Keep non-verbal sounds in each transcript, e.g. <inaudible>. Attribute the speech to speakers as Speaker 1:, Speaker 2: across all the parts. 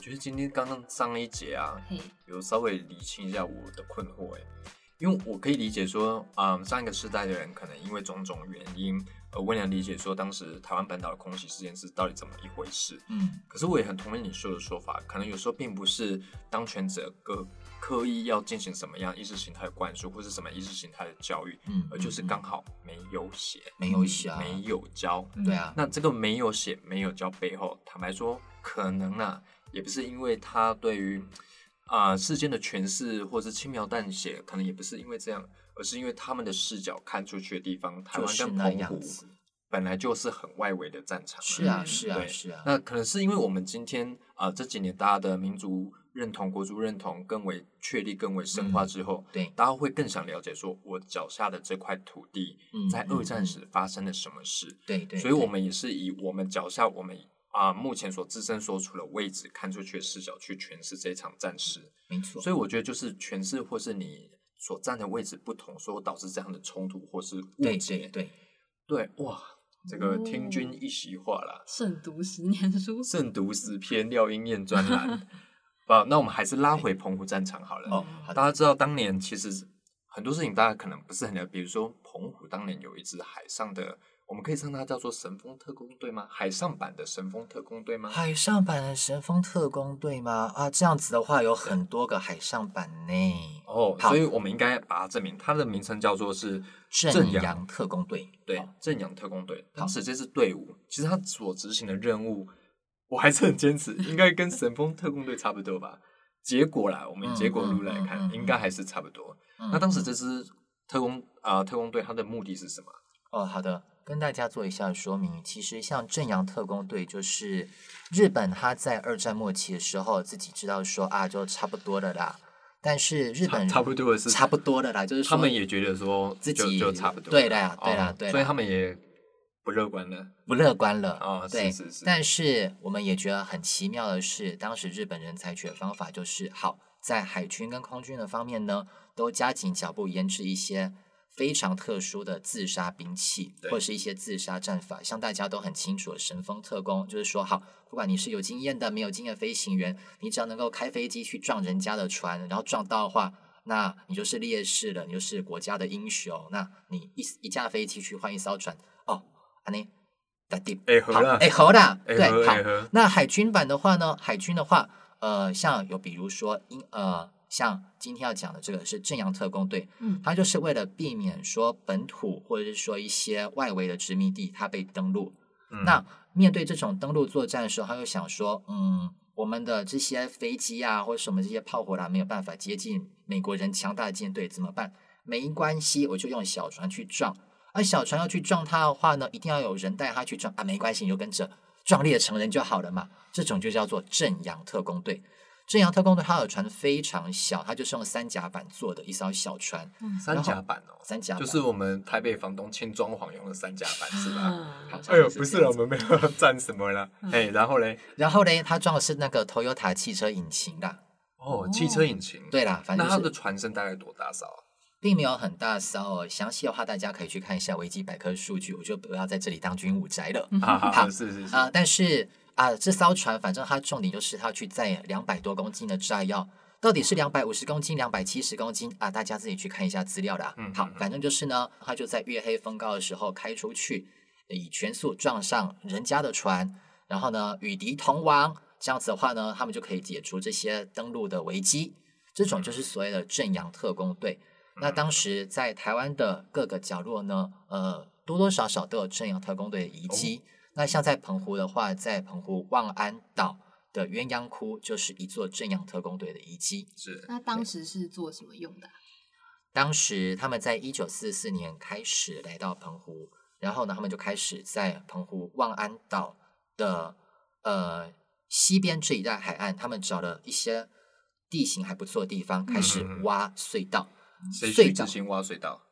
Speaker 1: 就是今天刚刚上一节啊，
Speaker 2: 嘿，
Speaker 1: 有稍微理清一下我的困惑哎、因为我可以理解说，嗯，上一个世代的人可能因为种种原因，而未能理解说当时台湾本岛的空袭事件是到底怎么一回事。
Speaker 2: 嗯，
Speaker 1: 可是我也很同意你说的说法，可能有时候并不是当权者刻刻意要进行什么样意识形态的灌输，或是什么意识形态的教育，
Speaker 3: 嗯
Speaker 1: 而就是刚好没有写，
Speaker 3: 没有写啊，
Speaker 1: 没有教。
Speaker 2: 嗯
Speaker 3: 对啊，
Speaker 1: 那这个没有写、没有教背后，坦白说，可能啊，也不是因为他对于啊、呃事件的诠释，或是轻描淡写，可能也不是因为这样，而是因为他们的视角看出去的地方，台
Speaker 3: 就
Speaker 1: 湾
Speaker 3: 是
Speaker 1: 跟
Speaker 3: 那
Speaker 1: 澎
Speaker 3: 样
Speaker 1: 湖
Speaker 3: 子
Speaker 1: 本来就是很外围的战场啊，
Speaker 3: 是啊
Speaker 2: 嗯
Speaker 3: 是啊
Speaker 1: 对
Speaker 3: 是啊，
Speaker 1: 那可能是因为我们今天啊、呃这几年大家的民族认同、国族认同更为确立、更为深化
Speaker 3: 嗯
Speaker 1: 之后，
Speaker 3: 对，
Speaker 1: 大家会更想了解，说我脚下的这块土地
Speaker 3: 嗯
Speaker 1: 在
Speaker 3: 嗯
Speaker 1: 二战
Speaker 3: 嗯
Speaker 1: 时发生了什么事。
Speaker 3: 对对，
Speaker 1: 所以，我
Speaker 3: 对
Speaker 1: 们也是以我们脚下我们啊、目前所自身所处的位置看出去的视角去诠释这场战事。
Speaker 3: 没错，
Speaker 1: 所以，我觉得就是诠释或是你所站的位置不同，所导致这样的冲突或是误
Speaker 3: 对
Speaker 1: 解。
Speaker 3: 对对，
Speaker 1: 对哇，这个听君
Speaker 2: 哦
Speaker 1: 一席话啦。
Speaker 2: 慎读十年书，
Speaker 1: 慎读十篇廖英燕专栏。 <laughs> 好，那我们还是拉回澎湖战场好了。
Speaker 3: 哦，好的，
Speaker 1: 啊大家知道当年其实很多事情大家可能不是很了解，比如说澎湖当年有一支海上的，我们可以称它叫做神风特工队吗？海上版的神风特工队吗？
Speaker 3: 海上版的神风特工队吗？啊，这样子的话有很多个海上版呢。
Speaker 1: 哦，
Speaker 3: 好
Speaker 1: 所以我们应该把它证明，它的名称叫做是
Speaker 3: 正阳特工队，
Speaker 1: 对
Speaker 3: 好
Speaker 1: 正阳特工队。当时这支队伍其实它所执行的任务，我还是很坚持，应该跟神风特工队差不多吧。结果啦，我们以结果路来
Speaker 2: 嗯嗯
Speaker 1: 看
Speaker 2: 嗯，嗯
Speaker 1: 应该还是差不多。
Speaker 3: 嗯
Speaker 1: 那当时
Speaker 3: 嗯
Speaker 1: 这支特工啊、特工队，它的目的是什么？
Speaker 3: 哦，好的，跟大家做一下说明。其实像正阳特工队，就是日本他在二战末期的时候自己知道说啊，就差不多了啦。但是日
Speaker 1: 差
Speaker 3: 本
Speaker 1: 差不多的是
Speaker 3: 差不多了啦，就是
Speaker 1: 他
Speaker 3: 说
Speaker 1: 们也觉得说
Speaker 3: 自
Speaker 1: 就
Speaker 3: 己
Speaker 1: 就差不多了，
Speaker 3: 对啦
Speaker 1: 哦
Speaker 3: 对啦对啦
Speaker 1: 所以他们也不乐观了。
Speaker 3: 不乐观了。
Speaker 1: 哦
Speaker 3: 对，
Speaker 1: 是是是
Speaker 3: 但是我们也觉得很奇妙的是，当时日本人采取的方法就是，好，在海军跟空军的方面呢，都加紧脚步研制一些非常特殊的自杀兵器，
Speaker 1: 对
Speaker 3: 或是一些自杀战法。像大家都很清楚的神风特工，就是说，好，不管你是有经验的、没有经验的飞行员，你只要能够开飞机去撞人家的船，然后撞到的话。那你就是烈士了，你就是国家的英雄。那你一一架飞机去换一艘船，哦，安尼，打地，
Speaker 1: 会合
Speaker 3: 好，
Speaker 1: 啦
Speaker 3: 哎，好啦，
Speaker 1: 哎
Speaker 3: 对，
Speaker 1: 合哎合
Speaker 3: 好。那海军版的话呢，海军的话，呃，像有比如说英呃，像今天要讲的这个是正阳特工队，
Speaker 2: 嗯，
Speaker 3: 它就是为了避免说本土或者是说一些外围的殖民地它被登陆，
Speaker 1: 嗯
Speaker 3: 那面对这种登陆作战的时候，他又想说，嗯，我们的这些飞机啊，或者是我们这些炮火啦，没有办法接近美国人强大的舰队，怎么办？没关系，我就用小船去撞。而小船要去撞它的话呢，一定要有人带它去撞啊，没关系，你就跟着壮烈成人就好了嘛。这种就叫做正阳特工队。正阳特工队它的船非常小，它就是用三甲板做的一艘小船，
Speaker 1: 三甲板哦，
Speaker 3: 三甲板
Speaker 1: 就是我们台北房东签装潢用的三甲板是吧？
Speaker 2: 啊
Speaker 3: 好像
Speaker 1: 哎呦，
Speaker 3: 是
Speaker 1: 不是
Speaker 3: 这
Speaker 1: 啦，
Speaker 3: 样
Speaker 1: 我
Speaker 3: 子
Speaker 1: 们没有要占什么啦。 <laughs>
Speaker 3: 嗯
Speaker 1: 哎，然后嘞，
Speaker 3: 然后嘞，它装的是那个 Toyota 汽车引擎啦。
Speaker 1: 哦，汽车引擎，
Speaker 3: 对啦，反正、
Speaker 1: 那
Speaker 3: 就是、
Speaker 1: 它的船身大概多大少啊？
Speaker 3: 并没有很大骚哦。详细的话，大家可以去看一下维基百科数据，我就不要在这里当军武宅了。 <laughs>
Speaker 1: 哈 <laughs> 哈
Speaker 3: 好
Speaker 1: 是是是
Speaker 3: 啊、，但是啊、这艘船反正它重点就是它去载两百多公斤的炸药，到底是两百五十公斤、两百七十公斤啊、大家自己去看一下资料啦。
Speaker 1: 嗯
Speaker 3: 好
Speaker 1: 嗯，
Speaker 3: 反正就是呢，它就在月黑风高的时候开出去，以全速撞上人家的船，然后呢与敌同亡。这样子的话呢，他们就可以解除这些登陆的危机。这种就是所谓的正阳特工队。那当时在台湾的各个角落呢，呃，多多少少都有正阳特工队的遗迹。那像在澎湖的话，在澎湖望安岛的鸳鸯窟就是一座正阳特工队的遗迹。
Speaker 1: 是
Speaker 2: 那当时是做什么用的啊？
Speaker 3: 当时他们在一九四四年开始来到澎湖，然后呢，他们就开始在澎湖望安岛的呃西边这一带海岸，他们找了一些地形还不错的地方，开始
Speaker 1: 嗯
Speaker 3: 挖隧道。
Speaker 1: 谁去
Speaker 3: 隧道
Speaker 1: 执行挖隧道？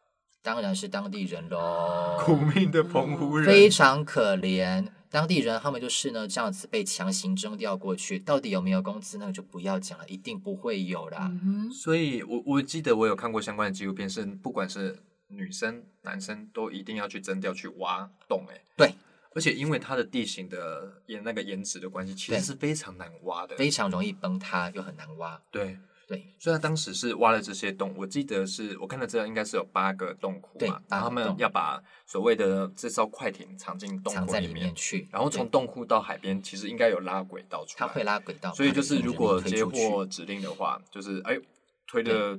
Speaker 3: 当然是当地人喽，
Speaker 1: <laughs> 苦命的澎湖人，
Speaker 3: 嗯非常可怜。当地人他们就是呢这样子被强行征调过去，到底有没有工资那个就不要讲了，一定不会有啦。
Speaker 2: 嗯哼，
Speaker 1: 所以我我记得我有看过相关的纪录片，是不管是女生男生都一定要去征调去挖洞、欸，哎，
Speaker 3: 对，
Speaker 1: 而且因为它的地形的岩那个岩质的关系，其
Speaker 3: 对
Speaker 1: 实是非常难挖的。
Speaker 3: 非常容易崩塌又很难挖。
Speaker 1: 对，
Speaker 3: 对
Speaker 1: 所以他当时是挖了这些洞，我记得是我看到资料应该是有八个洞窟
Speaker 3: 对
Speaker 1: 嘛，
Speaker 3: 八
Speaker 1: 然
Speaker 3: 个
Speaker 1: 后他
Speaker 3: 洞
Speaker 1: 们要把所谓的这艘快艇藏进洞
Speaker 3: 藏
Speaker 1: 窟
Speaker 3: 在
Speaker 1: 里
Speaker 3: 里面
Speaker 1: 面，
Speaker 3: 去，
Speaker 1: 然后
Speaker 3: 对
Speaker 1: 从洞窟到海边其实应该有拉轨道出来，
Speaker 3: 它会拉轨道，
Speaker 1: 所以
Speaker 3: 把
Speaker 1: 就
Speaker 3: 那个
Speaker 1: 是
Speaker 3: 人
Speaker 1: 如果
Speaker 3: 推
Speaker 1: 接
Speaker 3: 出去
Speaker 1: 获指令的话，就是哎推着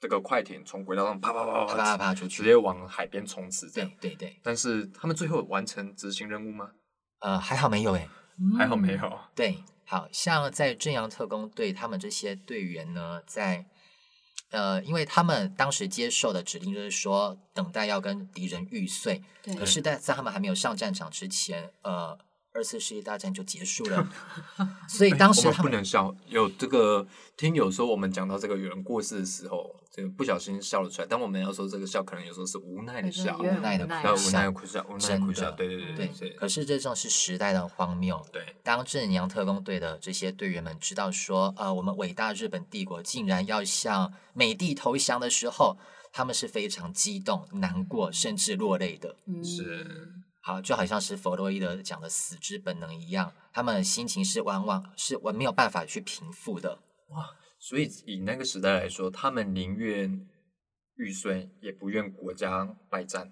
Speaker 1: 这个快艇从轨道上啪啪啪
Speaker 3: 啪
Speaker 1: 啪
Speaker 3: 啪
Speaker 1: 啪，
Speaker 3: 啪出
Speaker 1: 直
Speaker 3: 去，
Speaker 1: 接往海边冲刺这
Speaker 3: 对
Speaker 1: 样。
Speaker 3: 对对，
Speaker 1: 但是他们最后有完成执行任务吗？
Speaker 3: 呃，还好没有诶。
Speaker 2: 嗯
Speaker 1: 还好没。有。
Speaker 3: 对，好像在正阳特工队，他们这些队员呢，在呃，因为他们当时接受的指令就是说，等待要跟敌人玉碎。
Speaker 2: 对，
Speaker 3: 可是，在在他们还没有上战场之前，呃，二次世界大战就结束
Speaker 1: <laughs>
Speaker 3: 了，所以
Speaker 1: 哎
Speaker 3: 当
Speaker 1: 我
Speaker 3: 时
Speaker 1: 们
Speaker 3: 他
Speaker 1: 不
Speaker 3: 们
Speaker 1: 能笑，有这个听友说我们讲到这个有人过世的时候，这个不小心笑了出来，但我们要说这个笑，可能有时候是无奈的
Speaker 2: 对真的
Speaker 1: 笑，
Speaker 2: 有点
Speaker 3: 无奈的
Speaker 2: 无奈
Speaker 1: 然
Speaker 2: 的
Speaker 1: 后无
Speaker 3: 笑
Speaker 1: 奈的哭笑，无奈的哭笑，
Speaker 3: 真的
Speaker 1: 对对
Speaker 3: 对
Speaker 1: 对对，
Speaker 3: 可是这正是时代的荒谬。
Speaker 1: 对
Speaker 3: 当正阳特工队的这些队员们知道说，呃，我们伟大日本帝国竟然要向美帝投降的时候，他们是非常激动、难过，甚至落泪的。
Speaker 2: 嗯
Speaker 1: 是
Speaker 3: 好，就好像是弗洛伊德讲的死之本能一样，他们的心情是往往是我没有办法去平复的。
Speaker 1: 所以以那个时代来说，他们宁愿玉碎，也不愿国家败战。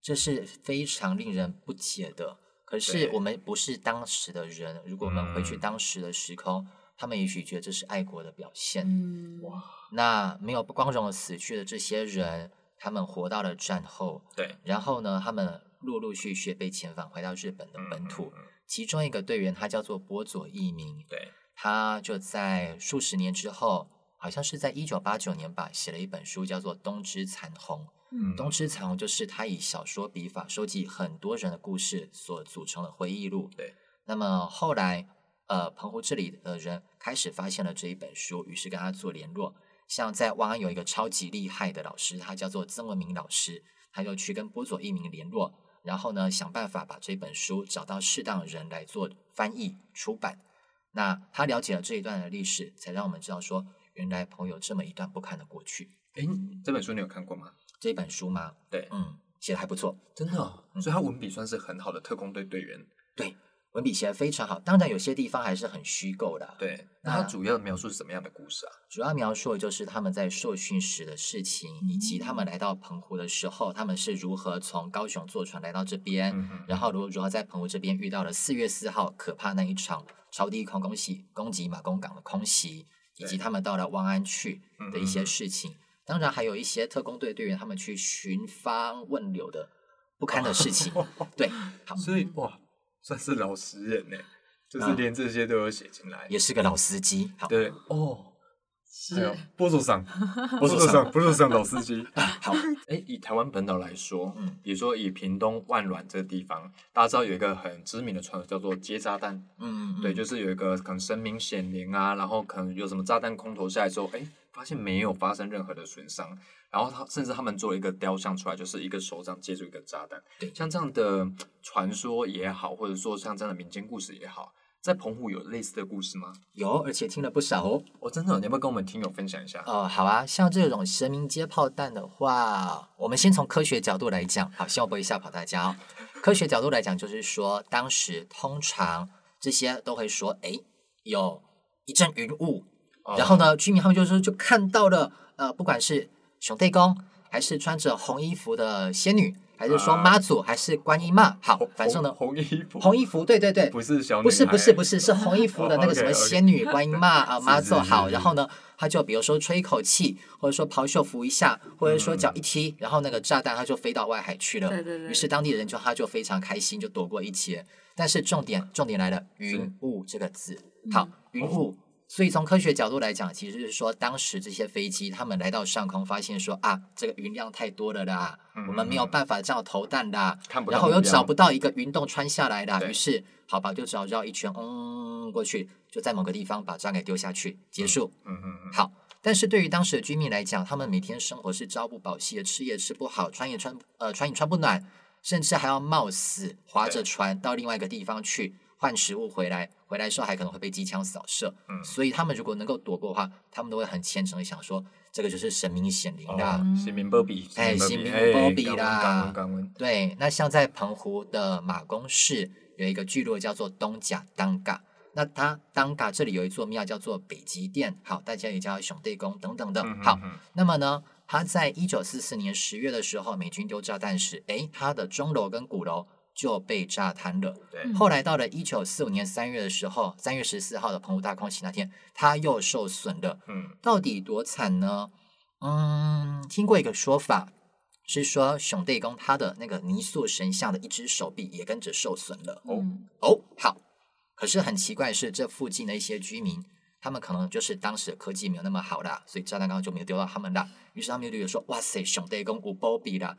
Speaker 3: 这是非常令人不解的。可是
Speaker 1: 对
Speaker 3: 我们不是当时的人，如果我们回去
Speaker 1: 嗯
Speaker 3: 当时的时空，他们也许觉得这是爱国的表现。
Speaker 2: 嗯
Speaker 1: 哇，
Speaker 3: 那没有光荣地死去的这些人，他们活到了战后，
Speaker 1: 对，
Speaker 3: 然后呢，他们陆陆续续被遣返回到日本的
Speaker 1: 嗯
Speaker 3: 本土。
Speaker 1: 嗯嗯
Speaker 3: 其中一个队员，他叫做波佐义明，
Speaker 1: 对，
Speaker 3: 他就在数十年之后，好像是在一九八九年吧，写了一本书，叫做《东之残红》。
Speaker 1: 嗯
Speaker 3: 东之藏就是他以小说笔法收集很多人的故事所组成的回忆录。
Speaker 1: 对，
Speaker 3: 那么后来，呃，澎湖这里的人开始发现了这一本书，于是跟他做联络。像在万安有一个超级厉害的老师，他叫做曾文明老师，他就去跟波佐一明联络，然后呢，想办法把这本书找到适当的人来做翻译出版。那他了解了这一段的历史，才让我们知道说，原来朋友这么一段不堪的过去。
Speaker 1: 哎，这本书你有看过吗？
Speaker 3: 这本书嘛，
Speaker 1: 对，
Speaker 3: 嗯，写的还不错。
Speaker 1: 真的哦、
Speaker 3: 嗯
Speaker 1: 所以他文笔算是很好的特工队队员。
Speaker 3: 文笔写的非常好，当然有些地方还是很虚构的。，啊
Speaker 1: 对，
Speaker 3: 那
Speaker 1: 那他主要描述是什么样的故事啊？
Speaker 3: 主要描述的就是他们在受训时的事情，以及他们
Speaker 1: 嗯
Speaker 3: 来到澎湖的时候，他们是如何从高雄坐船来到这边，
Speaker 1: 嗯
Speaker 3: 然后如何如何在澎湖这边遇到了四月四号可怕那一场超低空攻击攻击马公港的空袭，以及
Speaker 1: 对
Speaker 3: 他们到了望安去的一
Speaker 1: 嗯
Speaker 3: 些
Speaker 1: 嗯嗯
Speaker 3: 事情。当然，还有一些特工队队员他们去寻芳问柳的不堪的事情。
Speaker 1: 哦
Speaker 3: 对，好，
Speaker 1: 所以哇，算是老实人呢，就是
Speaker 3: 嗯
Speaker 1: 连这些都有写进来。
Speaker 3: 也是个老司机。好，
Speaker 1: 对哦，还有
Speaker 2: 是
Speaker 1: 波手 <laughs> 上，波手上，波手上老司机。
Speaker 3: 好，
Speaker 1: 哎，以台湾本岛来说，
Speaker 3: 嗯
Speaker 1: 比如说以屏东万峦这个地方，大家知道有一个很知名的传说叫做接炸弹，
Speaker 3: 嗯，嗯
Speaker 1: 对，就是有一个可能声名显灵啊，然后可能有什么炸弹空投下来之后，哎，发现没有发生任何的损伤，然后他甚至他们做一个雕像出来，就是一个手掌接住一个炸弹，
Speaker 3: 对
Speaker 1: 像这样的传说也好，或者说像这样的民间故事也好，在澎湖有类似的故事吗？
Speaker 3: 有，而且听了不少哦。
Speaker 1: 哦，真的，你要不要跟我们听友分享一下？
Speaker 3: 哦，好啊，像这种神明接炮弹的话，我们先从科学角度来讲，好，希望不会吓跑大家哦。科学角度来讲，就是说，当时通常这些都会说，诶，有一阵云雾，
Speaker 1: 哦
Speaker 3: 然后？呢，居民他们就说就看到了，呃，不管是熊太公，还是穿着红衣服的仙女，还是说
Speaker 1: 啊
Speaker 3: 妈祖，还是观音妈，好
Speaker 1: 红，
Speaker 3: 反正呢，
Speaker 1: 红红衣服，
Speaker 3: 红衣服，对对对，
Speaker 1: 不是小女孩，
Speaker 3: 不是不是不是，是红衣服的
Speaker 1: <laughs> 哦
Speaker 3: 那个什么
Speaker 1: OK，OK
Speaker 3: 仙女观音嘛
Speaker 1: <laughs>
Speaker 3: 啊
Speaker 1: 是
Speaker 3: 妈
Speaker 1: 是
Speaker 3: 做
Speaker 1: 是
Speaker 3: 好，
Speaker 1: 是
Speaker 3: 然后呢，他就比如说吹一口气，或者说袍袖拂一下，或者
Speaker 1: 嗯
Speaker 3: 说脚一踢，然后那个炸弹它就飞到外海去了。
Speaker 2: 对对对
Speaker 3: 于是当地人就他就非常开心，就躲过一劫。但是重点重点来了，云
Speaker 1: 是
Speaker 3: 雾这个字，
Speaker 2: 嗯
Speaker 3: 好，云雾。所以从科学角度来讲，其实是说当时这些飞机他们来到上空，发现说啊，这个云量太多了啦，我们没有
Speaker 1: 嗯嗯嗯
Speaker 3: 办法这样投弹啦，
Speaker 1: 看不到
Speaker 3: 然后又
Speaker 1: 目标
Speaker 3: 找不到一个云洞穿下来的，啊
Speaker 1: 对
Speaker 3: 于是好吧，就只好绕一圈，嗯，过去就在某个地方把炸给丢下去，结束。
Speaker 1: 嗯嗯嗯，
Speaker 3: 好，但是对于当时的居民来讲，他们每天生活是朝不保夕的，吃也吃不好，穿也穿呃穿也穿不暖，甚至还要冒死划
Speaker 1: 对
Speaker 3: 着船到另外一个地方去，换食物回来，回来的时候还可能会被机枪扫射。
Speaker 1: 嗯
Speaker 3: 所以他们如果能够躲过的话，他们都会很虔诚的想说，这个就是神明显灵啊啦。
Speaker 2: 嗯
Speaker 1: 啊新民波比，
Speaker 3: 哎
Speaker 1: 新
Speaker 3: 新
Speaker 1: 民
Speaker 3: 民
Speaker 1: 波
Speaker 3: 波
Speaker 1: 比
Speaker 3: 比
Speaker 1: 哎
Speaker 3: 啦
Speaker 1: 感恩感恩感恩。
Speaker 3: 对，那像在澎湖的马公市有一个聚落叫做东甲当嘎，那它当嘎这里有一座庙叫做北极殿，好，大家也叫熊对宫等等的。
Speaker 1: 嗯
Speaker 3: 好，，
Speaker 1: 嗯
Speaker 3: 那么呢，它在一九四四年十月的时候，美军丢炸弹时，诶，它的钟楼跟鼓楼就被炸瘫了。
Speaker 1: 嗯对，
Speaker 2: 嗯
Speaker 3: 后来到了一九四五年三月的时候，三月十四号的澎湖大空袭那天，它又受损了。
Speaker 1: 嗯
Speaker 3: 到底多惨呢？嗯，听过一个说法，是说熊对公他的那个泥塑神像的一只手臂也跟着受损了。
Speaker 1: 哦
Speaker 2: 嗯
Speaker 3: 哦，好。可是很奇怪的是，这附近的一些居民，他们可能就是当时的科技没有那么好啦，所以炸弹刚刚就没有丢到他们啦。于是他们就觉得说：“哇塞，熊对公无波比啦，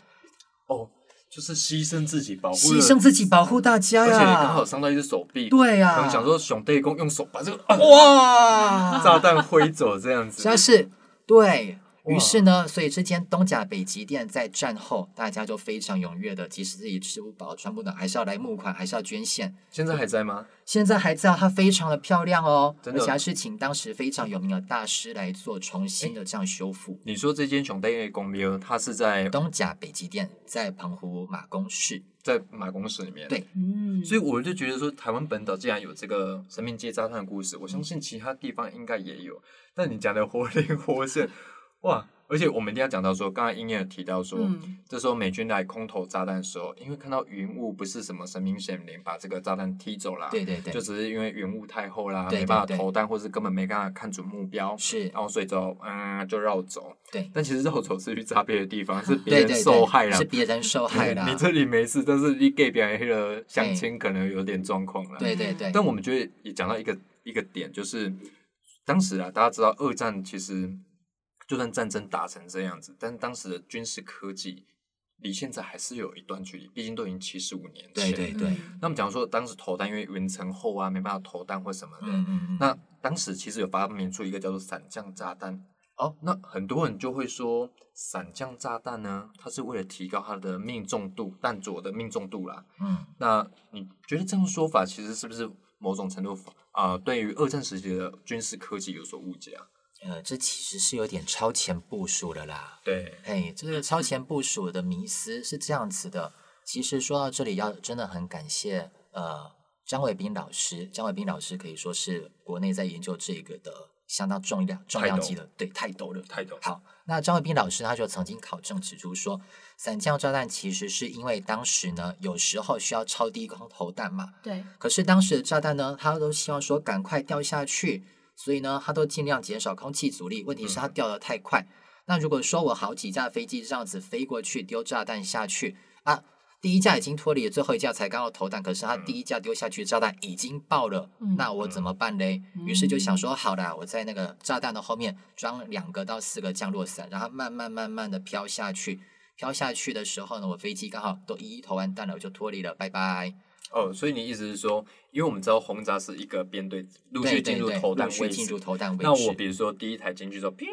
Speaker 1: 哦，就是牺牲自己保护了，
Speaker 3: 牺牲自己保护大家
Speaker 1: 而且刚好
Speaker 3: 呀。
Speaker 1: 伤到一只手臂，”
Speaker 3: 对啊呀、
Speaker 1: 可能想说熊对公用手把这个啊
Speaker 3: 哇，
Speaker 1: 炸弹挥走这样
Speaker 3: <laughs> 实
Speaker 1: 子
Speaker 3: 在，是对
Speaker 1: 哇
Speaker 3: 于是呢，所以这间东甲北极店在战后，大家就非常踊跃的，即使自己吃不饱、穿不暖，还是要来募款，还是要捐献。
Speaker 1: 现在还在吗？
Speaker 3: 现在还在，它非常的漂亮哦，
Speaker 1: 真的
Speaker 3: 而且还是请当时非常有名的大师来做重新的这样修复。
Speaker 1: 你说这间熊对公庙，它是在
Speaker 3: 东甲北极店在澎湖马公市，
Speaker 1: 在马公市里面，
Speaker 3: 对
Speaker 2: 嗯，
Speaker 1: 所以我就觉得说，台湾本岛既然有这个生命界炸弹的故事，我相信其他地方应该也有。但你讲的活灵活现， <laughs> 哇！而且我们一定要讲到说，刚刚英燕有提到说，
Speaker 2: 嗯
Speaker 1: 这时候美军来空投炸弹的时候，因为看到云雾不是什么神明显灵把这个炸弹踢走啊啦，
Speaker 3: 对对对，
Speaker 1: 就只是因为云雾太厚啦，
Speaker 3: 对对
Speaker 1: 没办法
Speaker 3: 对
Speaker 1: 投弹，或是根本没办法看准目标，
Speaker 3: 是
Speaker 1: 然后所以就嗯就绕走。
Speaker 3: 对啊
Speaker 1: 但其实绕走是去炸别的地方，是别
Speaker 3: 对
Speaker 1: 人
Speaker 3: 对
Speaker 1: 受害
Speaker 3: 对，
Speaker 1: 啦，
Speaker 3: 是
Speaker 1: <laughs>
Speaker 3: 别人受害
Speaker 1: 对
Speaker 3: 啦
Speaker 1: 你。这里没事，但是你给别人黑了相亲，可能有点状况了。
Speaker 3: 对对对，
Speaker 1: 但我们觉得也讲到一个一个点，就是当时啊，大家知道二战其实就算战争打成这样子，但当时的军事科技离现在还是有一段距离，毕竟都已经七十五年前。
Speaker 3: 对对对，
Speaker 1: 那我们讲说当时投弹，因为云层厚啊，没办法投弹或什么的。
Speaker 3: 嗯嗯嗯，
Speaker 1: 那当时其实有发明出一个叫做散降炸弹。
Speaker 3: 哦，
Speaker 1: 那很多人就会说，散降炸弹呢，它是为了提高它的命中度，弹着的命中度啦。
Speaker 3: 嗯。
Speaker 1: 那你觉得这样说法其实是不是某种程度啊、对于二战时期的军事科技有所误解啊？
Speaker 3: 呃，这其实是有点超前部署了啦。
Speaker 1: 对，
Speaker 3: 哎，这个超前部署的迷思是这样子的。其实说到这里，要真的很感谢呃张伟斌老师，张伟斌老师可以说是国内在研究这个的相当重量重
Speaker 1: 泰
Speaker 3: 量
Speaker 1: 斗
Speaker 3: 级的，对，太多了。
Speaker 1: 太懂。
Speaker 3: 好，那张伟斌老师他就曾经考证指出说，散降炸弹其实是因为当时呢，有时候需要超低空投弹嘛，
Speaker 2: 对，
Speaker 3: 可是当时的炸弹呢，它都希望说赶快掉下去，所以呢，它都尽量减少空气阻力。问题是
Speaker 2: 嗯
Speaker 3: 它掉得太快。那如果说我好几架飞机这样子飞过去丢炸弹下去啊，第一架已经脱离了，最后一架才刚要投弹，可是它第一架丢下去炸弹已经爆了，
Speaker 2: 嗯
Speaker 3: 那我怎么办嘞？于是就想说，好啦，我在那个炸弹的后面装两个到四个降落伞，让它慢慢慢慢的飘下去。飘下去的时候呢，我飞机刚好都一一投完弹了，我就脱离了，拜拜。
Speaker 1: 哦，所以你意思是说，因为我们知道轰炸是一个编队陆续
Speaker 3: 对
Speaker 1: 进入
Speaker 3: 对对
Speaker 1: 投弹
Speaker 3: 陆续
Speaker 1: 位
Speaker 3: 进
Speaker 1: 置
Speaker 3: 入，投弹位置。
Speaker 1: 那我比如说第一台进去之后，飘，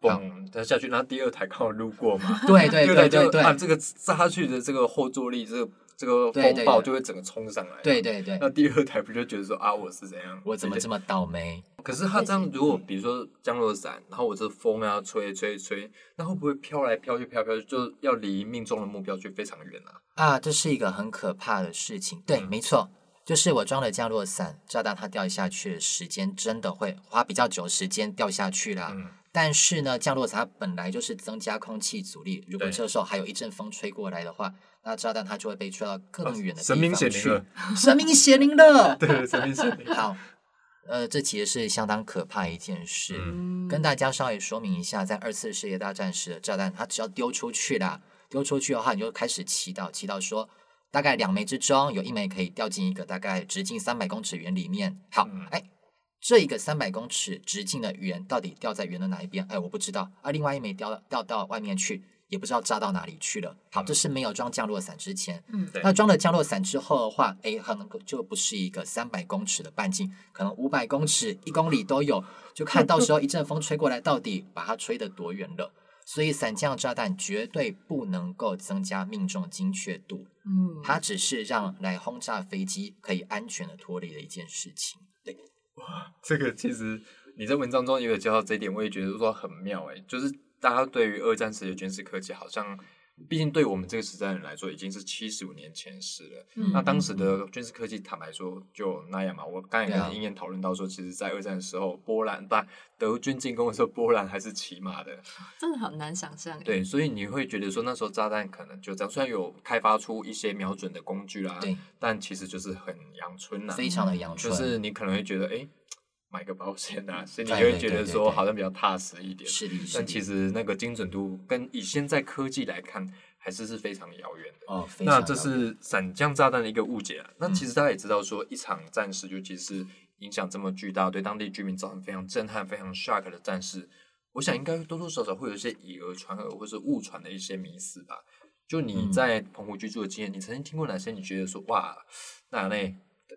Speaker 1: 嘣，它下去，然后第二台刚好路过嘛，
Speaker 3: <laughs> 对对
Speaker 1: 对
Speaker 3: 对对
Speaker 1: 啊，
Speaker 3: 对
Speaker 1: 这个炸下去的这个后坐力，这个这个
Speaker 3: 对对
Speaker 1: 风暴
Speaker 3: 对
Speaker 1: 就会整个冲上来。
Speaker 3: 对。对对
Speaker 1: 那，第二台不就觉得说啊，我是怎样？
Speaker 3: 我怎么这
Speaker 1: 么？
Speaker 3: 么倒霉？
Speaker 1: 可是他这样，如果比如说降落伞，然后我这风啊吹吹吹，那会不会飘来飘去飘来飘去，就要离命中的目标距非常远啊？
Speaker 3: 啊，这是一个很可怕的事情。对，
Speaker 1: 嗯
Speaker 3: 没错，就是我装了降落伞，炸弹它掉下去的时间真的会花比较久时间掉下去啦。
Speaker 1: 嗯，
Speaker 3: 但是呢，降落伞它本来就是增加空气阻力，如果
Speaker 1: 对
Speaker 3: 这时候还有一阵风吹过来的话，那炸弹它就会被吹到更远的地
Speaker 1: 啊神明
Speaker 3: 方
Speaker 1: 显
Speaker 3: 去。
Speaker 1: 灵了，
Speaker 3: 神明显灵了。 <laughs>
Speaker 1: 对，神明显灵。
Speaker 3: 好，呃，这其实是相当可怕的一件事。
Speaker 1: 嗯
Speaker 2: 嗯
Speaker 3: 跟大家稍微说明一下，在二次世界大战时的炸弹，它只要丢出去啦，丢出去的话，你就开始祈祷，祈祷说，大概两枚之中有一枚可以掉进一个大概直径三百公尺圆里面。好
Speaker 1: 嗯，
Speaker 3: 哎、这一个三百公尺直径的圆到底掉在圆的哪一边？哎，我不知道。啊，另外一枚掉到掉到外面去，也不知道炸到哪里去了。好，这是没有装降落伞之前。
Speaker 2: 嗯
Speaker 1: 对
Speaker 3: 那装了降落伞之后的话，哎，可能就不是一个三百公尺的半径，可能五百公尺、一公里都有，就看到时候一阵风吹过来，到底把它吹得多远了。所以伞降炸弹绝对不能够增加命中精确度，
Speaker 2: 嗯，
Speaker 3: 它只是让来轰炸飞机可以安全的脱离的一件事情。对，
Speaker 1: 这个其实你在文章中也有介绍这一点，我也觉得说很妙诶、就是大家对于二战时的军事科技，好像毕竟对我们这个时代人来说，已经是七十五年前的事了。
Speaker 2: 嗯
Speaker 1: 那当时的军事科技，坦白说就那样嘛。我刚才也
Speaker 3: 对啊
Speaker 1: 跟英燕讨论到说，其实，在二战的时候，波兰不德军进攻的时候，波兰还是骑马的。
Speaker 2: 真的很难想象。，
Speaker 1: 对，所以你会觉得说，那时候炸弹可能就这样，虽然有开发出一些瞄准的工具啦，
Speaker 3: 对，
Speaker 1: 但其实就是很阳春呐、
Speaker 3: 非常的阳
Speaker 1: 就
Speaker 3: 春，
Speaker 1: 是你可能会觉得，哎、买个保险啊，所以你
Speaker 3: 对
Speaker 1: 就会
Speaker 3: 对
Speaker 1: 觉
Speaker 3: 对
Speaker 1: 得
Speaker 3: 对
Speaker 1: 说
Speaker 3: 对
Speaker 1: 好像比较踏实一点。
Speaker 3: 是的，是
Speaker 1: 但
Speaker 3: 的
Speaker 1: 其实那个精准度跟以现在科技来看，还是是非常遥远的。
Speaker 3: 哦，非
Speaker 1: 那
Speaker 3: 常
Speaker 1: 这
Speaker 3: 的
Speaker 1: 是散降炸弹的一个误解啊。那
Speaker 3: 嗯
Speaker 1: 其实大家也知道，说一场战事，尤其是影响这么巨大，对当地居民造成非常震撼、非常 shock 的战事，我想应该多多少少会有一些以讹传讹或是误传的一些迷思吧。就你
Speaker 3: 嗯
Speaker 1: 在澎湖居住的经验，你曾经听过哪些？你觉得说哇，那那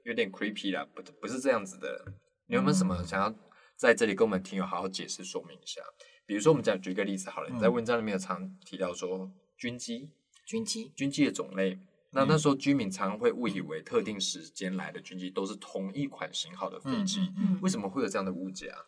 Speaker 1: 有点 creepy 啦，不不是这样子的。你有没有什么想要在这里跟我们听友好好解释说明一下？比如说，我们讲举一个例子好了，你在
Speaker 3: 嗯
Speaker 1: 文章里面有常提到说军机，
Speaker 3: 军机，
Speaker 1: 军机的种类。那
Speaker 3: 嗯
Speaker 1: 那时候居民常会误以为特定时间来的军机都是同一款型号的飞
Speaker 3: 嗯
Speaker 1: 机，
Speaker 3: 嗯嗯。
Speaker 2: 嗯，
Speaker 1: 为什么会有这样的误解啊？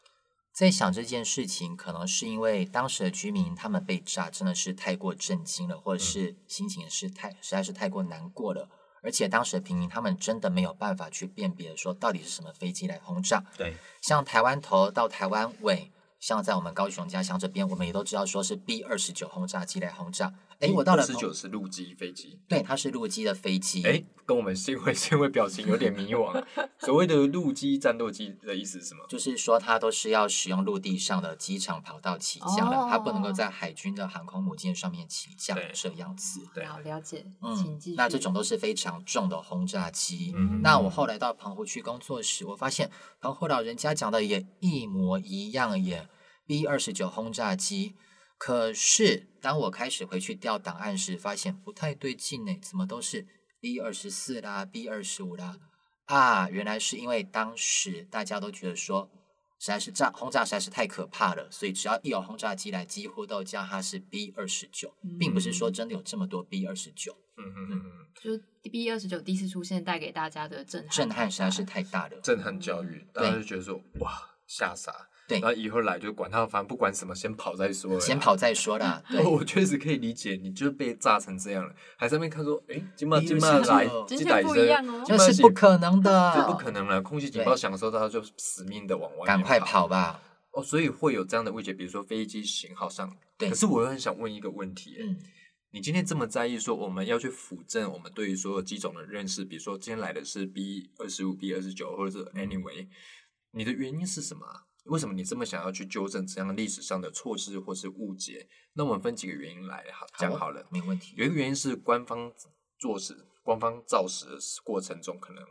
Speaker 3: 在想这件事情，可能是因为当时的居民他们被炸真的是太过震惊了，
Speaker 1: 嗯
Speaker 3: 或者是心情是太实在是太过难过了，而且当时的平民他们真的没有办法去辨别说到底是什么飞机来轰炸，
Speaker 1: 对，
Speaker 3: 像台湾头到台湾尾。像在我们高雄家乡这边，我们也都知道说是 B 二十九轰炸机来轰炸。诶，哎我到了
Speaker 1: 十
Speaker 3: 澎
Speaker 1: 九是陆基飞机，
Speaker 3: 对，它是陆基的飞机。
Speaker 1: 哎、跟我们新会新会表情有点迷惘。啊 <laughs> 所谓的陆基战斗机的意思是什么？
Speaker 3: 就是说它都是要使用陆地上的机场跑道起降的，它不能够
Speaker 2: 哦
Speaker 3: 在海军的航空母舰上面起降
Speaker 1: 对
Speaker 3: 这样子。
Speaker 1: 对啊
Speaker 2: 好了解，请
Speaker 3: 嗯
Speaker 2: 继续。，
Speaker 3: 那这种都是非常重的轰炸机。
Speaker 1: 嗯
Speaker 3: 那我后来到澎湖去工作时，我发现澎湖老人家讲的也一模一样耶，B 二十九轰炸机。可是当我开始回去调档案时，发现不太对劲呢，怎么都是 B 二十四啦、B 二十五啦？啊，原来是因为当时大家都觉得说，实在是炸轰炸实在是太可怕了，所以只要一有轰炸机来，几乎都叫它是 B 二十九，并
Speaker 2: 嗯
Speaker 3: 不是说真的有这么多 B 二十九。
Speaker 1: 嗯嗯嗯嗯，
Speaker 2: 就是 B 二十九第一次出现，带给大家的震撼，
Speaker 3: 震撼实在是太大了。
Speaker 1: 震撼教育，大
Speaker 3: 对
Speaker 1: 家就觉得说哇吓傻，
Speaker 3: 对
Speaker 1: 然后以后来就管他，反正不管什么，先跑再说了啦，
Speaker 3: 哎
Speaker 1: 啊
Speaker 3: 先跑再说啦。
Speaker 1: <laughs>
Speaker 3: 对，
Speaker 1: 哦，我确实可以理解，你就是被炸成这样了，还在那边看说，哎，金马
Speaker 3: 你
Speaker 1: 金
Speaker 3: 以为
Speaker 1: 马
Speaker 3: 是
Speaker 1: 来
Speaker 3: 这，样
Speaker 1: 这
Speaker 2: 真
Speaker 1: 打
Speaker 2: 的
Speaker 1: 一
Speaker 2: 不
Speaker 1: 声
Speaker 2: 一样哦
Speaker 1: 金
Speaker 3: 这
Speaker 1: 马
Speaker 3: 是
Speaker 1: 醒
Speaker 3: 不可能的，啊
Speaker 1: 这不可能了。空气警报
Speaker 3: 对
Speaker 1: 响的时候，大家就死命的往外面
Speaker 3: 赶快跑吧。
Speaker 1: 哦，所以会有这样的误解，比如说飞机型号上。
Speaker 3: 对
Speaker 1: 可是我又很想问一个问题，诶
Speaker 3: 嗯，
Speaker 1: 你今天这么在意说我们要去辅正我们对于所有机种的认识，比如说今天来的是 B 二十五、B 二十九，或者是 anyway，你的原因是什么啊？为什么你这么想要去纠正这样历史上的错失或是误解？那我们分几个原因来好讲好了。
Speaker 3: 没问题。
Speaker 1: 有一个原因是官方做史、官方造史的过程中可能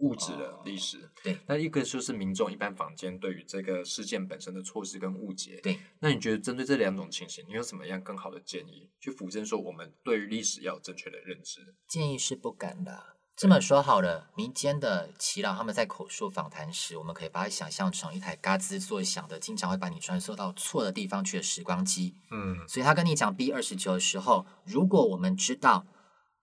Speaker 1: 误植了历史，
Speaker 3: 对
Speaker 1: 那一个就是民众一般坊间对于这个事件本身的错失跟误解。
Speaker 3: 对，
Speaker 1: 那你觉得针对这两种情形，你有什么样更好的建议，去辅证说我们对于历史要有正确的认知？
Speaker 3: 建议是不敢的。这么说好了，民间的耆老他们在口述访谈时，我们可以把它想象成一台嘎吱作响的，经常会把你穿梭到错的地方去的时光机。
Speaker 1: 嗯，
Speaker 3: 所以他跟你讲 B 二十九的时候，如果我们知道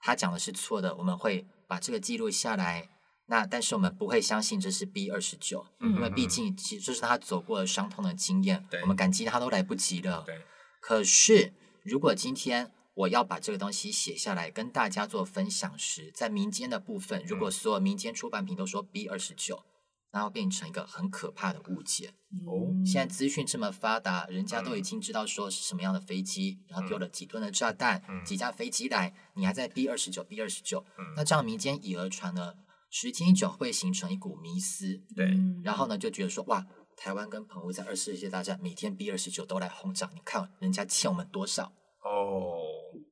Speaker 3: 他讲的是错的，我们会把这个记录下来。那但是我们不会相信这是 B 二十九，
Speaker 1: 嗯
Speaker 3: 因为毕竟其实这是他走过的伤痛的经验
Speaker 1: 对，
Speaker 3: 我们感激他都来不及了。
Speaker 1: 嗯对，
Speaker 3: 可是如果今天我要把这个东西写下来跟大家做分享时，在民间的部分，如果
Speaker 1: 嗯
Speaker 3: 所有民间出版品都说 B 二十九，那会变成一个很可怕的误解。
Speaker 1: 哦
Speaker 2: 嗯
Speaker 3: 现在资讯这么发达，人家都已
Speaker 1: 嗯
Speaker 3: 经知道说是什么样的飞机，然后丢
Speaker 1: 嗯
Speaker 3: 了几吨的炸弹，
Speaker 1: 嗯
Speaker 3: 几架飞机来，你还在 B 二十九 B 二十九，
Speaker 1: 嗯
Speaker 3: 那这样民间以讹传讹，时间一久会形成一股迷思，
Speaker 1: 对，
Speaker 3: 然后呢就觉得说哇，台湾跟澎湖在二次世界大战每天 B 二十九都来轰炸，你看人家欠我们多少，
Speaker 1: 哦，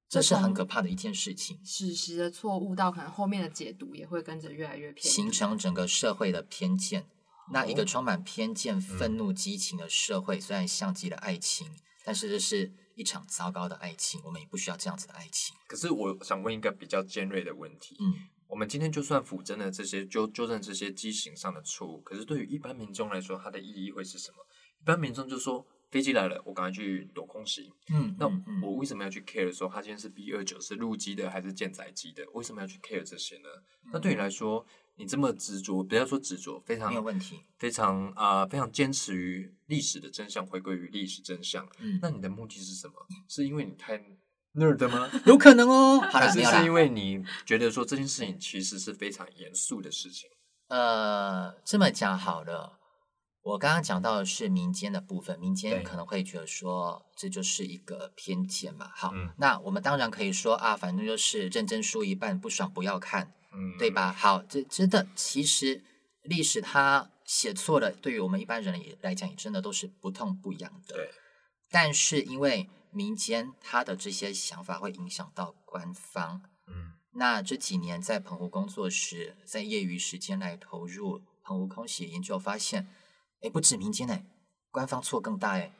Speaker 3: 这
Speaker 2: 这
Speaker 3: 是很
Speaker 2: 种
Speaker 3: 可怕的一件事情，
Speaker 2: 史实的错误到可能后面的解读也会跟着越来越偏
Speaker 3: 形成整个社会的偏见。那一
Speaker 1: 哦
Speaker 3: 个充满偏见、愤怒、激情的社会，虽然像极了爱情，但是这是一场糟糕的爱情，我们也不需要这样子的爱情。
Speaker 1: 可是我想问一个比较尖锐的问题，
Speaker 3: 嗯，
Speaker 1: 我们今天就算辅正了这些纠纠正这些畸形上的错误，可是对于一般民众来说，它的意义会是什么？一般民众就说：“飞机来了，我赶快去躲空袭。
Speaker 3: 嗯，
Speaker 1: 那
Speaker 3: 嗯嗯
Speaker 1: 我为什么要去 care 说它今天是 B 二九是陆基的还是舰载机的？为什么要去 care 这些呢？那对你来说，你这么执着，不要说执着，非常
Speaker 3: 没有问题。
Speaker 1: 非常啊、呃非常坚持于历史的真相，回归于历史真相。
Speaker 3: 嗯，
Speaker 1: 那你的目的是什么？是因为你太 nerd 的 <laughs> 吗？
Speaker 3: 有可能哦。好
Speaker 1: 还
Speaker 3: 了，没
Speaker 1: 是
Speaker 3: 有
Speaker 1: 是
Speaker 3: 啦
Speaker 1: 因。为你觉得说这件事情其实是非常严肃的事情？
Speaker 3: 呃，这么讲好了，我刚刚讲到的是民间的部分，民间
Speaker 1: 对
Speaker 3: 可能会觉得说这就是一个偏见嘛。好，
Speaker 1: 嗯
Speaker 3: 那我们当然可以说啊，反正就是认真输一半，不爽不要看，
Speaker 1: 嗯，
Speaker 3: 对？吧？好，这真的，其实历史它写错了，对于我们一般人也来讲，也真的都是不痛不痒的。
Speaker 1: 对，
Speaker 3: 但是因为民间他的这些想法会影响到官方，
Speaker 1: 嗯
Speaker 3: 那这几年在澎湖工作时，在业余时间来投入澎湖空袭研究，发现，哎，不止民间哎，官方错更大哎，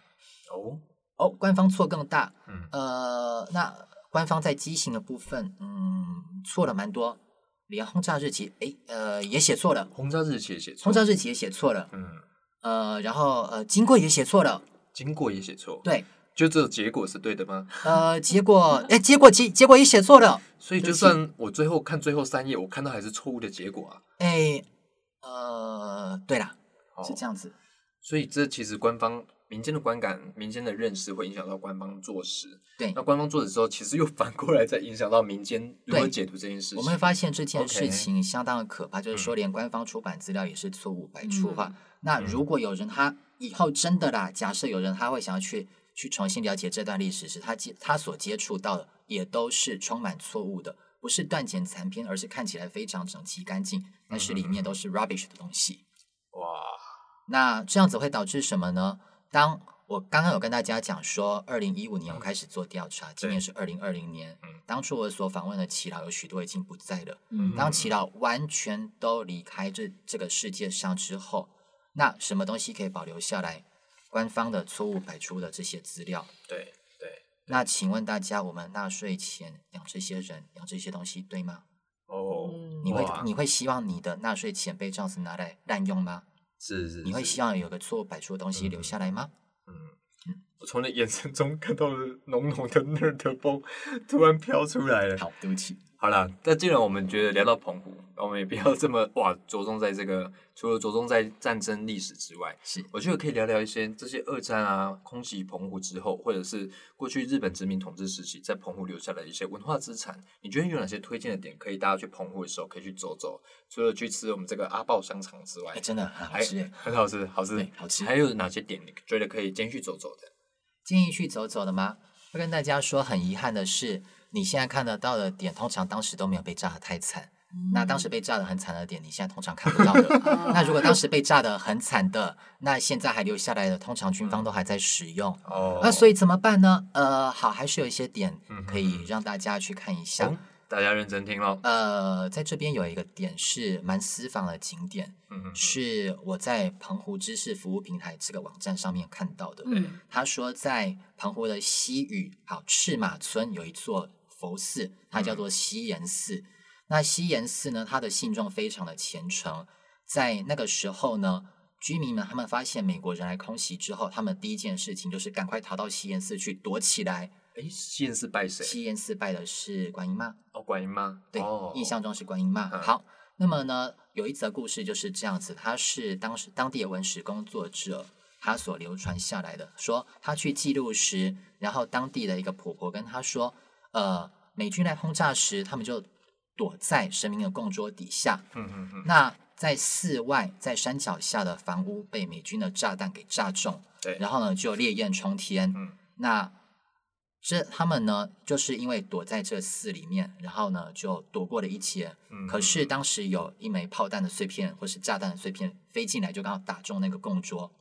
Speaker 1: 哦，
Speaker 3: 哦，官方错更大，
Speaker 1: 嗯
Speaker 3: 呃，那官方在机型的部分，嗯，错了蛮多，连轰炸日期，哎，呃，也写错了，
Speaker 1: 轰炸日期也写错，
Speaker 3: 轰炸日期也写错了，
Speaker 1: 嗯，
Speaker 3: 呃，然后呃，经过也写错了，
Speaker 1: 经过也写错，，
Speaker 3: 对，
Speaker 1: 就这种结果是对的吗？
Speaker 3: 呃，结果，哎，结果结结果也写错了，
Speaker 1: 所以
Speaker 3: 对
Speaker 1: 就
Speaker 3: 不起
Speaker 1: 算我最后看最后三页，我看到还是错误的结果啊。
Speaker 3: 哎，呃，对啦，是这
Speaker 1: 样，
Speaker 3: 样子，
Speaker 1: 哦所以这其实官方民间的观感、民间的认识会影响到官方做事。
Speaker 3: 对
Speaker 1: 那。官方做的时候，其实又反过来再影响到民间如何
Speaker 3: 对
Speaker 1: 解读这件事情。
Speaker 3: 我们会发现这件
Speaker 1: OK
Speaker 3: 事情相当的可怕，就是说连官方出版资料也是错误百出哈。
Speaker 2: 嗯
Speaker 3: 那如果有人他以后真的啦，假设有人他会想要去去重新了解这段历史时，他接他所接触到的也都是充满错误的，不是断简残篇，而是看起来非常整齐干净，但是里面都是 rubbish 的东西。
Speaker 1: 哇，
Speaker 3: 那这样子会导致什么呢？当我刚刚有跟大家讲说，二零一五年我开始做调查，今年是二零二零年
Speaker 1: 嗯。
Speaker 3: 当初我所访问的耆老有许多已经不在了，
Speaker 2: 嗯
Speaker 3: 当耆老完全都离开这这个世界上之后，那什么东西可以保留下来？官方的错误百出的这些资料。
Speaker 1: 对对，
Speaker 3: 那请问大家，我们纳税钱养这些人、养这些东西，对吗？
Speaker 1: 哦，
Speaker 2: 嗯
Speaker 3: 你会
Speaker 1: 哇
Speaker 3: 你会希望你的纳税钱被这样子拿来滥用吗？
Speaker 1: 是是，
Speaker 3: 你会
Speaker 1: 是
Speaker 3: 希望有个错误百出的东
Speaker 1: 嗯
Speaker 3: 西留下来吗？
Speaker 1: 嗯，我从你眼神中看到了浓浓的 nerd 风，突然飘出来了。
Speaker 3: 好，对不起。
Speaker 1: 好啦，那既然我们觉得聊到澎湖，我们也不要这么哇着重在这个，除了着重在战争历史之外，
Speaker 3: 是
Speaker 1: 我觉得可以聊聊一些这些二战啊、空袭澎湖之后，或者是过去日本殖民统治时期在澎湖留下的一些文化资产。你觉得有哪些推荐的点，可以大家去澎湖的时候可以去走走？除了去吃我们这个阿爆香肠之外
Speaker 3: 哎、，真的很好
Speaker 1: 还
Speaker 3: 吃哎，
Speaker 1: 很好吃，好吃
Speaker 3: 对，好吃
Speaker 1: 还有哪些点你觉得可以先去走走的？
Speaker 3: 建议去走走的吗？会跟大家说，很遗憾的是，你现在看得到的点，通常当时都没有被炸得太惨。那当时被炸得很惨的点，你现在通常看不到的。 <laughs>
Speaker 2: 啊
Speaker 3: 那如果当时被炸得很惨的，那现在还留下来的，通常军方都还在使用。
Speaker 1: 哦
Speaker 3: 那所以怎么办呢？呃，好，还是有一些点
Speaker 1: 嗯哼
Speaker 3: 可以让大家去看一下。
Speaker 1: 哦大家认真听喽。
Speaker 3: 呃，在这边有一个点是蛮私房的景点，
Speaker 1: 嗯哼，
Speaker 3: 是我在澎湖知识服务平台这个网站上面看到的。
Speaker 2: 嗯
Speaker 3: 他说在澎湖的西屿，好赤马村有一座佛寺，它叫做西岩寺。那西岩寺呢，它的信众非常的虔诚，在那个时候呢。居民们他们发现美国人来空袭之后，他们第一件事情就是赶快逃到西岩寺去躲起来。
Speaker 1: 哎，现是拜谁？
Speaker 3: 西岩寺拜的是观音妈，
Speaker 1: 哦，观音吗？
Speaker 3: 对，
Speaker 1: 哦、
Speaker 3: 印象中是观音嘛。
Speaker 1: 嗯
Speaker 3: 好，那么呢，有一则故事就是这样子，他是当时当地的文史工作者，他所流传下来的，说他去记录时，然后当地的一个婆婆跟他说，呃，美军来轰炸时，他们就躲在神明的供桌底下，
Speaker 1: 嗯嗯嗯，
Speaker 3: 那在寺外，在山脚下的房屋被美军的炸弹给炸中，
Speaker 1: 对
Speaker 3: 然后呢就烈焰冲天。
Speaker 1: 嗯，
Speaker 3: 那这他们呢，就是因为躲在这寺里面，然后呢就躲过了一劫。
Speaker 1: 嗯
Speaker 3: 可是当时有一枚炮弹的碎片或是炸弹的碎片飞进来，就刚好打中那个供桌。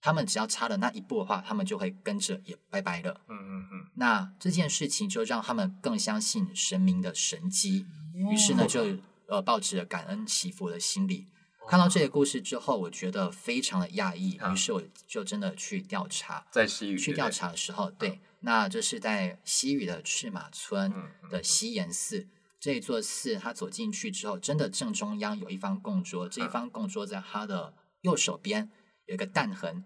Speaker 3: 他们只要差了那一步的话，他们就会跟着也拜拜了。
Speaker 1: 嗯嗯嗯，
Speaker 3: 那这件事情就让他们更相信神明的神迹。
Speaker 2: 哦
Speaker 3: 于是
Speaker 1: 哦
Speaker 3: 呢，就呃抱持着感恩祈福的心理。看到这个故事之后，我觉得非常的讶异，
Speaker 1: 啊
Speaker 3: 于是我就真的去调查。
Speaker 1: 在西域
Speaker 3: 去调，查的时
Speaker 1: 嗯
Speaker 3: 候，对，那这是在西屿的赤马村
Speaker 1: 嗯嗯
Speaker 3: 的西岩寺。这一座寺，它走进去之后，真的正中央有一方供桌，这一
Speaker 1: 啊
Speaker 3: 方供桌在它的右手边有一个弹痕，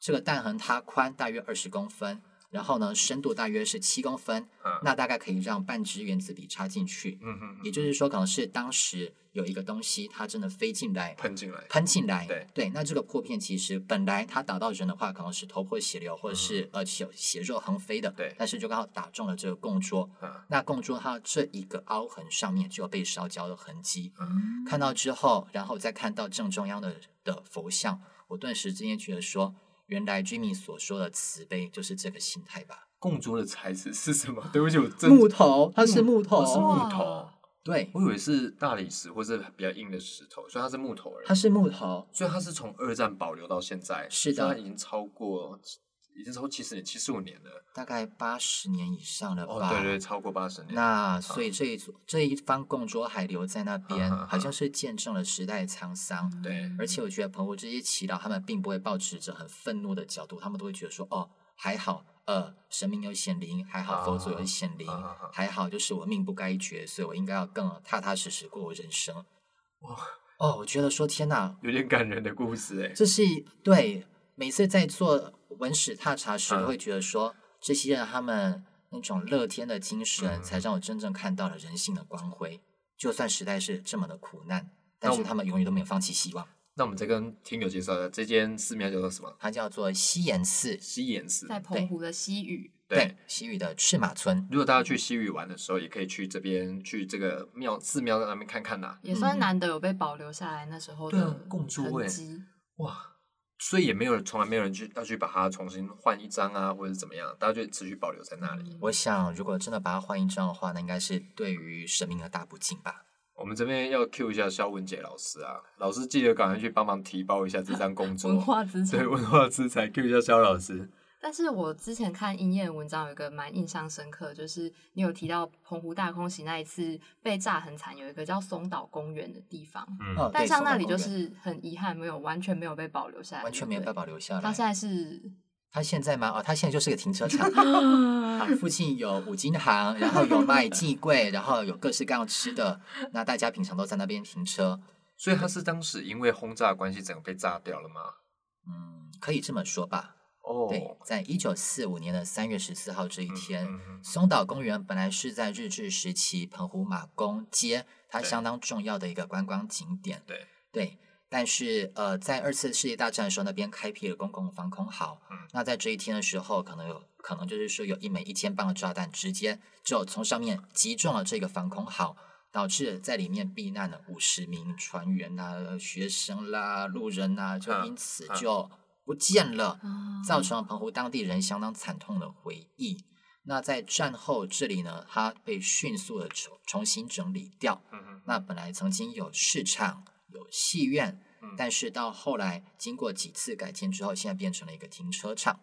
Speaker 3: 这个弹痕它宽大约二十公分，然后呢深度大约是七公分，
Speaker 1: 嗯
Speaker 3: 那大概可以让半支原子笔插进去。
Speaker 1: 嗯哼，
Speaker 3: 也就是说，可能是当时有一个东西它真的飞进来，
Speaker 1: 喷进来，
Speaker 3: 喷进来。
Speaker 1: 嗯对
Speaker 3: 那这个破片其实本来它打到人的话，可能是头破血流，或者是呃血血肉横飞的。
Speaker 1: 嗯对
Speaker 3: 但是就刚好打中了这个供桌。
Speaker 1: 嗯
Speaker 3: 那供桌它这一个凹痕上面就有被烧焦的痕迹。
Speaker 2: 嗯
Speaker 3: 看到之后，然后再看到正中央的的佛像，我顿时之间觉得说，原来 Jimmy 所说的慈悲就是这个心态吧。
Speaker 1: 供桌的材质是什么？ <laughs> 对不起，我真
Speaker 3: 木头，它是木头，
Speaker 1: 哦是
Speaker 2: 哇
Speaker 1: 木头，
Speaker 3: 对，
Speaker 1: 我以为是大理石或是比较硬的石头，所以它是木头而已。
Speaker 3: 它是木头。
Speaker 1: 所以它是从二战保留到现在，
Speaker 3: 是的
Speaker 1: 所以它已经超过，已经超过七十年、七十五年了。
Speaker 3: 大概八十年以上了吧？
Speaker 1: 哦，对对，超过八十年。
Speaker 3: 那所以这一组这一方供桌还留在那边，
Speaker 1: 嗯嗯嗯嗯
Speaker 3: 好像是见证了时代的沧桑。
Speaker 1: 对
Speaker 3: 而且我觉得澎湖这些祈祷，他们并不会抱持着很愤怒的角度，他们都会觉得说，哦，还好，呃，神明有显灵，还好佛祖有显灵，
Speaker 1: 啊啊啊啊
Speaker 3: 还好就是我命不该绝，所以我应该要更踏踏实实过我人生。
Speaker 1: 哇
Speaker 3: 哦，我觉得说天哪，
Speaker 1: 有点感人的故事哎。
Speaker 3: 这是一对每次在做文史踏查时，
Speaker 1: 嗯
Speaker 3: 都会觉得说、这些人他们那种乐天的精神，
Speaker 1: 嗯
Speaker 3: 才让我真正看到了人性的光辉。就算时代是这么的苦难，
Speaker 1: 那
Speaker 3: 但
Speaker 1: 我
Speaker 3: 是他们永远都没有放弃希望。
Speaker 1: 那我们再跟听友介绍一下，这间寺庙叫做什么？
Speaker 3: 它叫做西岩寺，
Speaker 1: 西岩寺。
Speaker 2: 在澎湖的西屿，
Speaker 3: 嗯
Speaker 1: 对，
Speaker 3: 西屿的赤马村，
Speaker 1: 如果大家去西域玩的时候，也可以去这边去这个庙寺庙那边看看啊呐、
Speaker 2: 也
Speaker 3: 嗯
Speaker 2: 算难得有被保留下来那时候
Speaker 1: 对啊
Speaker 2: 的
Speaker 1: 共住欸
Speaker 2: 痕迹。
Speaker 1: 哇，所以也没有人，从来没有人去要去把它重新换一张啊，或者怎么样，大家就持续保留在那
Speaker 2: 嗯
Speaker 1: 里。
Speaker 3: 我想如果真的把它换一张的话，那应该是对于神明的大不敬吧。
Speaker 1: 我们这边要 Q 一下肖文杰老师啊，老师记得赶快去帮忙提报一下这张工作。
Speaker 2: 文化资产
Speaker 1: 对。文化资产 Q 一下肖老师。
Speaker 2: 但是我之前看鹰燕的文章有一个蛮印象深刻，就是你有提到澎湖大空袭那一次被炸很惨，有一个叫松岛公园的地方，
Speaker 1: 嗯，
Speaker 3: 哦
Speaker 2: 但
Speaker 3: 对
Speaker 2: 像
Speaker 3: 松岛
Speaker 2: 那里就
Speaker 3: 公园
Speaker 2: 是很遗憾没有完全没有被保留下来，
Speaker 3: 完全没有
Speaker 2: 对
Speaker 3: 办
Speaker 2: 不对
Speaker 3: 法留下来。
Speaker 2: 它现在是
Speaker 3: 它现在吗？哦，它现在就是个停车场。
Speaker 2: 啊
Speaker 3: 附近有五金行，然后有卖寄柜，然后有各式各样吃的。那大家平常都在那边停车，
Speaker 1: 所以他是当时因为轰炸的关系，整个被炸掉了吗？
Speaker 3: 嗯，可以这么说吧。
Speaker 1: 哦，
Speaker 3: 对，在一九四五年的三月十四号这一
Speaker 1: 嗯
Speaker 3: 天，
Speaker 1: 嗯嗯
Speaker 3: 松岛公园本来是在日治时期澎湖马公街，它
Speaker 1: 对
Speaker 3: 相当重要的一个观光景点。
Speaker 1: 对，
Speaker 3: 对，但是呃，在二次世界大战的时候，那边开辟了公共防空壕。
Speaker 1: 嗯
Speaker 3: 那在这一天的时候，可能有可能就是说有一枚一千磅的炸弹直接就从上面击中了这个防空壕，导致在里面避难的五十名船员呐、呃学生啦、路人呐、就
Speaker 1: 嗯
Speaker 3: 因此
Speaker 1: 嗯
Speaker 3: 就不见了。
Speaker 2: 啊
Speaker 3: 造成了澎湖当地人相当惨痛的回忆。那在战后这里呢，它被迅速的重重新整理掉。
Speaker 1: 嗯哼
Speaker 3: 那本来曾经有市场、有戏院，
Speaker 1: 嗯
Speaker 3: 但是到后来经过几次改建之后，现在变成了一个停车场。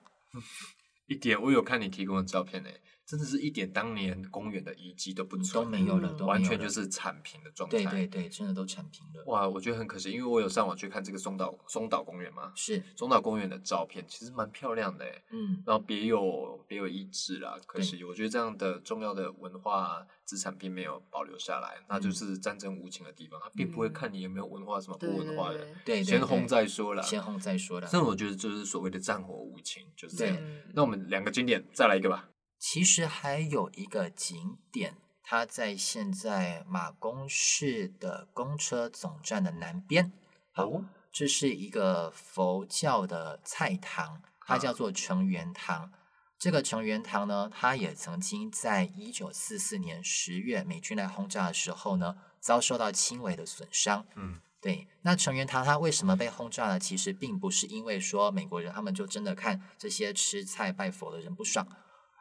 Speaker 1: 一点我有看你提供的照片诶、真的是一点当年公园的遗迹都不存，
Speaker 3: 都没有了，
Speaker 2: 嗯
Speaker 3: 都没有
Speaker 1: 完全
Speaker 3: 了
Speaker 1: 就是铲平的状态。
Speaker 3: 对对对，真的都铲平了。
Speaker 1: 哇，我觉得很可惜，因为我有上网去看这个松岛松岛公园嘛，
Speaker 3: 是，
Speaker 1: 松岛公园的照片其实蛮漂亮的诶、欸
Speaker 3: 嗯，
Speaker 1: 然后别有别有意志啦，可
Speaker 3: 对
Speaker 1: 惜我觉得这样的重要的文化资产并没有保留下来，那就是战争无情的地方，他并不会
Speaker 2: 嗯
Speaker 1: 看你有没有文化什么不
Speaker 2: 对对
Speaker 1: 文化
Speaker 2: 对
Speaker 1: 的，，
Speaker 3: 嗯对，对
Speaker 1: 先
Speaker 3: 对
Speaker 1: 轰再说啦。
Speaker 3: 先轰再说了。
Speaker 1: 但我觉得就是所谓的战火无情，就是这样。
Speaker 2: 嗯
Speaker 1: 那我们两个经典再来一个吧，
Speaker 3: 其实还有一个景点，它在现在马公市的公车总站的南边。好
Speaker 1: 哦，
Speaker 3: 这是一个佛教的菜堂，它叫做成员堂。这个成员堂呢，它也曾经在一九四四年十月美军来轰炸的时候呢，遭受到轻微的损伤。
Speaker 1: 嗯，
Speaker 3: 对，那成员堂它为什么被轰炸呢？其实并不是因为说美国人他们就真的看这些吃菜拜佛的人不爽，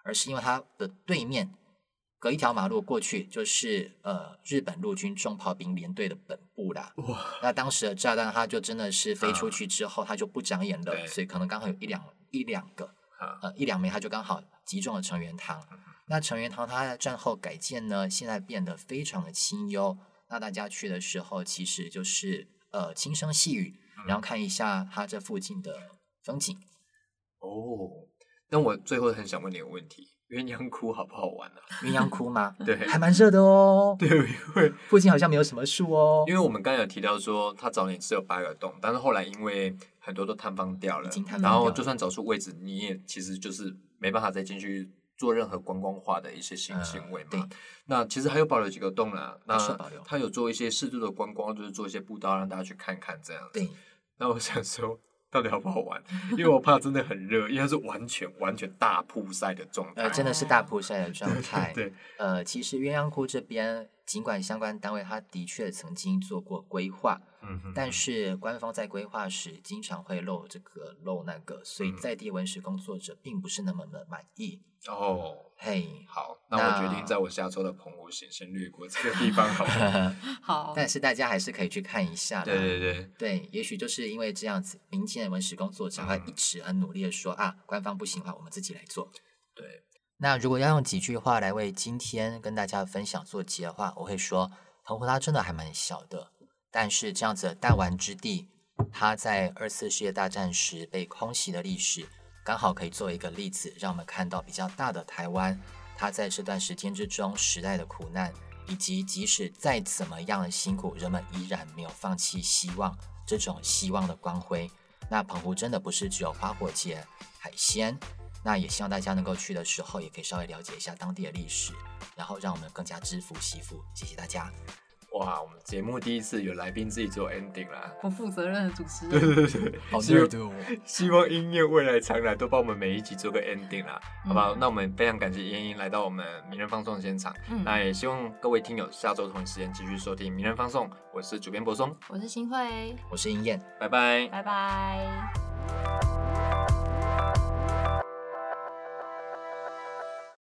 Speaker 3: 而是因为它的对面隔一条马路过去就是呃日本陆军重炮兵联队的本部啦。 <laughs>
Speaker 1: 哇，
Speaker 3: 那当时的炸弹它就真的是飞出去之后，它就不长眼
Speaker 1: 啊对
Speaker 3: 了，所以可能刚好有一两一两个
Speaker 1: 啊，
Speaker 3: 呃一两枚，它就刚好击中了成员堂。
Speaker 1: 嗯
Speaker 3: 那成员堂它在战后改建呢，现在变得非常的清幽。那大家去的时候，其实就是呃轻声细语，
Speaker 1: 嗯
Speaker 3: 然后看一下
Speaker 1: <laughs>
Speaker 3: 它这附近的风景。
Speaker 1: 哦，那我最后很想问你一个问题，鸳鸯窟好不好玩
Speaker 3: <laughs>
Speaker 1: 啊？
Speaker 3: 鸳鸯窟
Speaker 1: <laughs>
Speaker 3: 吗？
Speaker 1: 对
Speaker 3: 还蛮热的哦。
Speaker 1: <laughs> 对，因为
Speaker 3: 附近好像没有什么树哦
Speaker 1: 因，为我们刚才有提到说，它早年是有八个洞，但是后来因为很多都探访掉了
Speaker 3: 已经探，访
Speaker 1: 然
Speaker 3: 掉
Speaker 1: 后
Speaker 3: 了
Speaker 1: 就算找出位置，你也其实就是没办法再进去做任何观光化的一些行
Speaker 3: 嗯
Speaker 1: 行为
Speaker 3: 对
Speaker 1: 嘛。那其实还有保留几个洞啦，那
Speaker 3: 还是有保留
Speaker 1: 它有做一些适度的观光，就是做一些步道让大家去看看这样。
Speaker 3: 对，
Speaker 1: 那我想说。到底好不好玩？因为我怕真的很热，因为它是完全完全大曝晒的状态，
Speaker 3: 呃，真的是大曝晒的状态。
Speaker 1: <laughs> 对，
Speaker 3: 呃，其实鸳鸯窟这边，尽管相关单位它的确曾经做过规划，
Speaker 1: 嗯哼，
Speaker 3: 但是官方在规划时经常会漏这个漏那个，所以
Speaker 1: 嗯
Speaker 3: 在地文史工作者并不是那么的满意。
Speaker 1: 哦，
Speaker 3: 嘿，
Speaker 1: 好，那我决
Speaker 3: 那
Speaker 1: 定在我下周的澎湖行先略过这个地方好了。
Speaker 2: 好，
Speaker 3: 但是大家还是可以去看一下啦。
Speaker 1: 对对对，
Speaker 3: 对，也许就是因为这样子，民间的文史工作者会
Speaker 1: 嗯
Speaker 3: 一直很努力的说、啊，官方不行的话，我们自己来做。
Speaker 1: 对，
Speaker 3: 那如果要用几句话来为今天跟大家的分享做结的话，我会说，澎湖它真的还蛮小的，但是这样子的弹丸之地，它在二次世界大战时被空袭的历史，刚好可以作为一个例子，让我们看到比较大的台湾，它在这段时间之中时代的苦难，以及即使再怎么样的辛苦，人们依然没有放弃希望这种希望的光辉。那澎湖真的不是只有花火节、海鲜，那也希望大家能够去的时候，也可以稍微了解一下当地的历史，然后让我们更加知福惜福。谢谢大家。
Speaker 1: 哇，我们节目第一次有来宾自己做 ending 啦。 <laughs>
Speaker 2: 不负责任的主持
Speaker 1: 对
Speaker 2: 人，
Speaker 1: 对对，
Speaker 3: 好
Speaker 1: 希望
Speaker 3: 度，
Speaker 1: 希望音乐未来常来都帮我们每一集做个 ending 啦，好吧？那我们非常感谢燕英来到我们名人放送的现场，
Speaker 2: 嗯，
Speaker 1: 那也希望各位听友下周同一时间继续收听名人放送，我是主编柏松，
Speaker 2: 我是新慧，
Speaker 3: 我是英燕。
Speaker 1: 拜拜。
Speaker 2: 拜拜。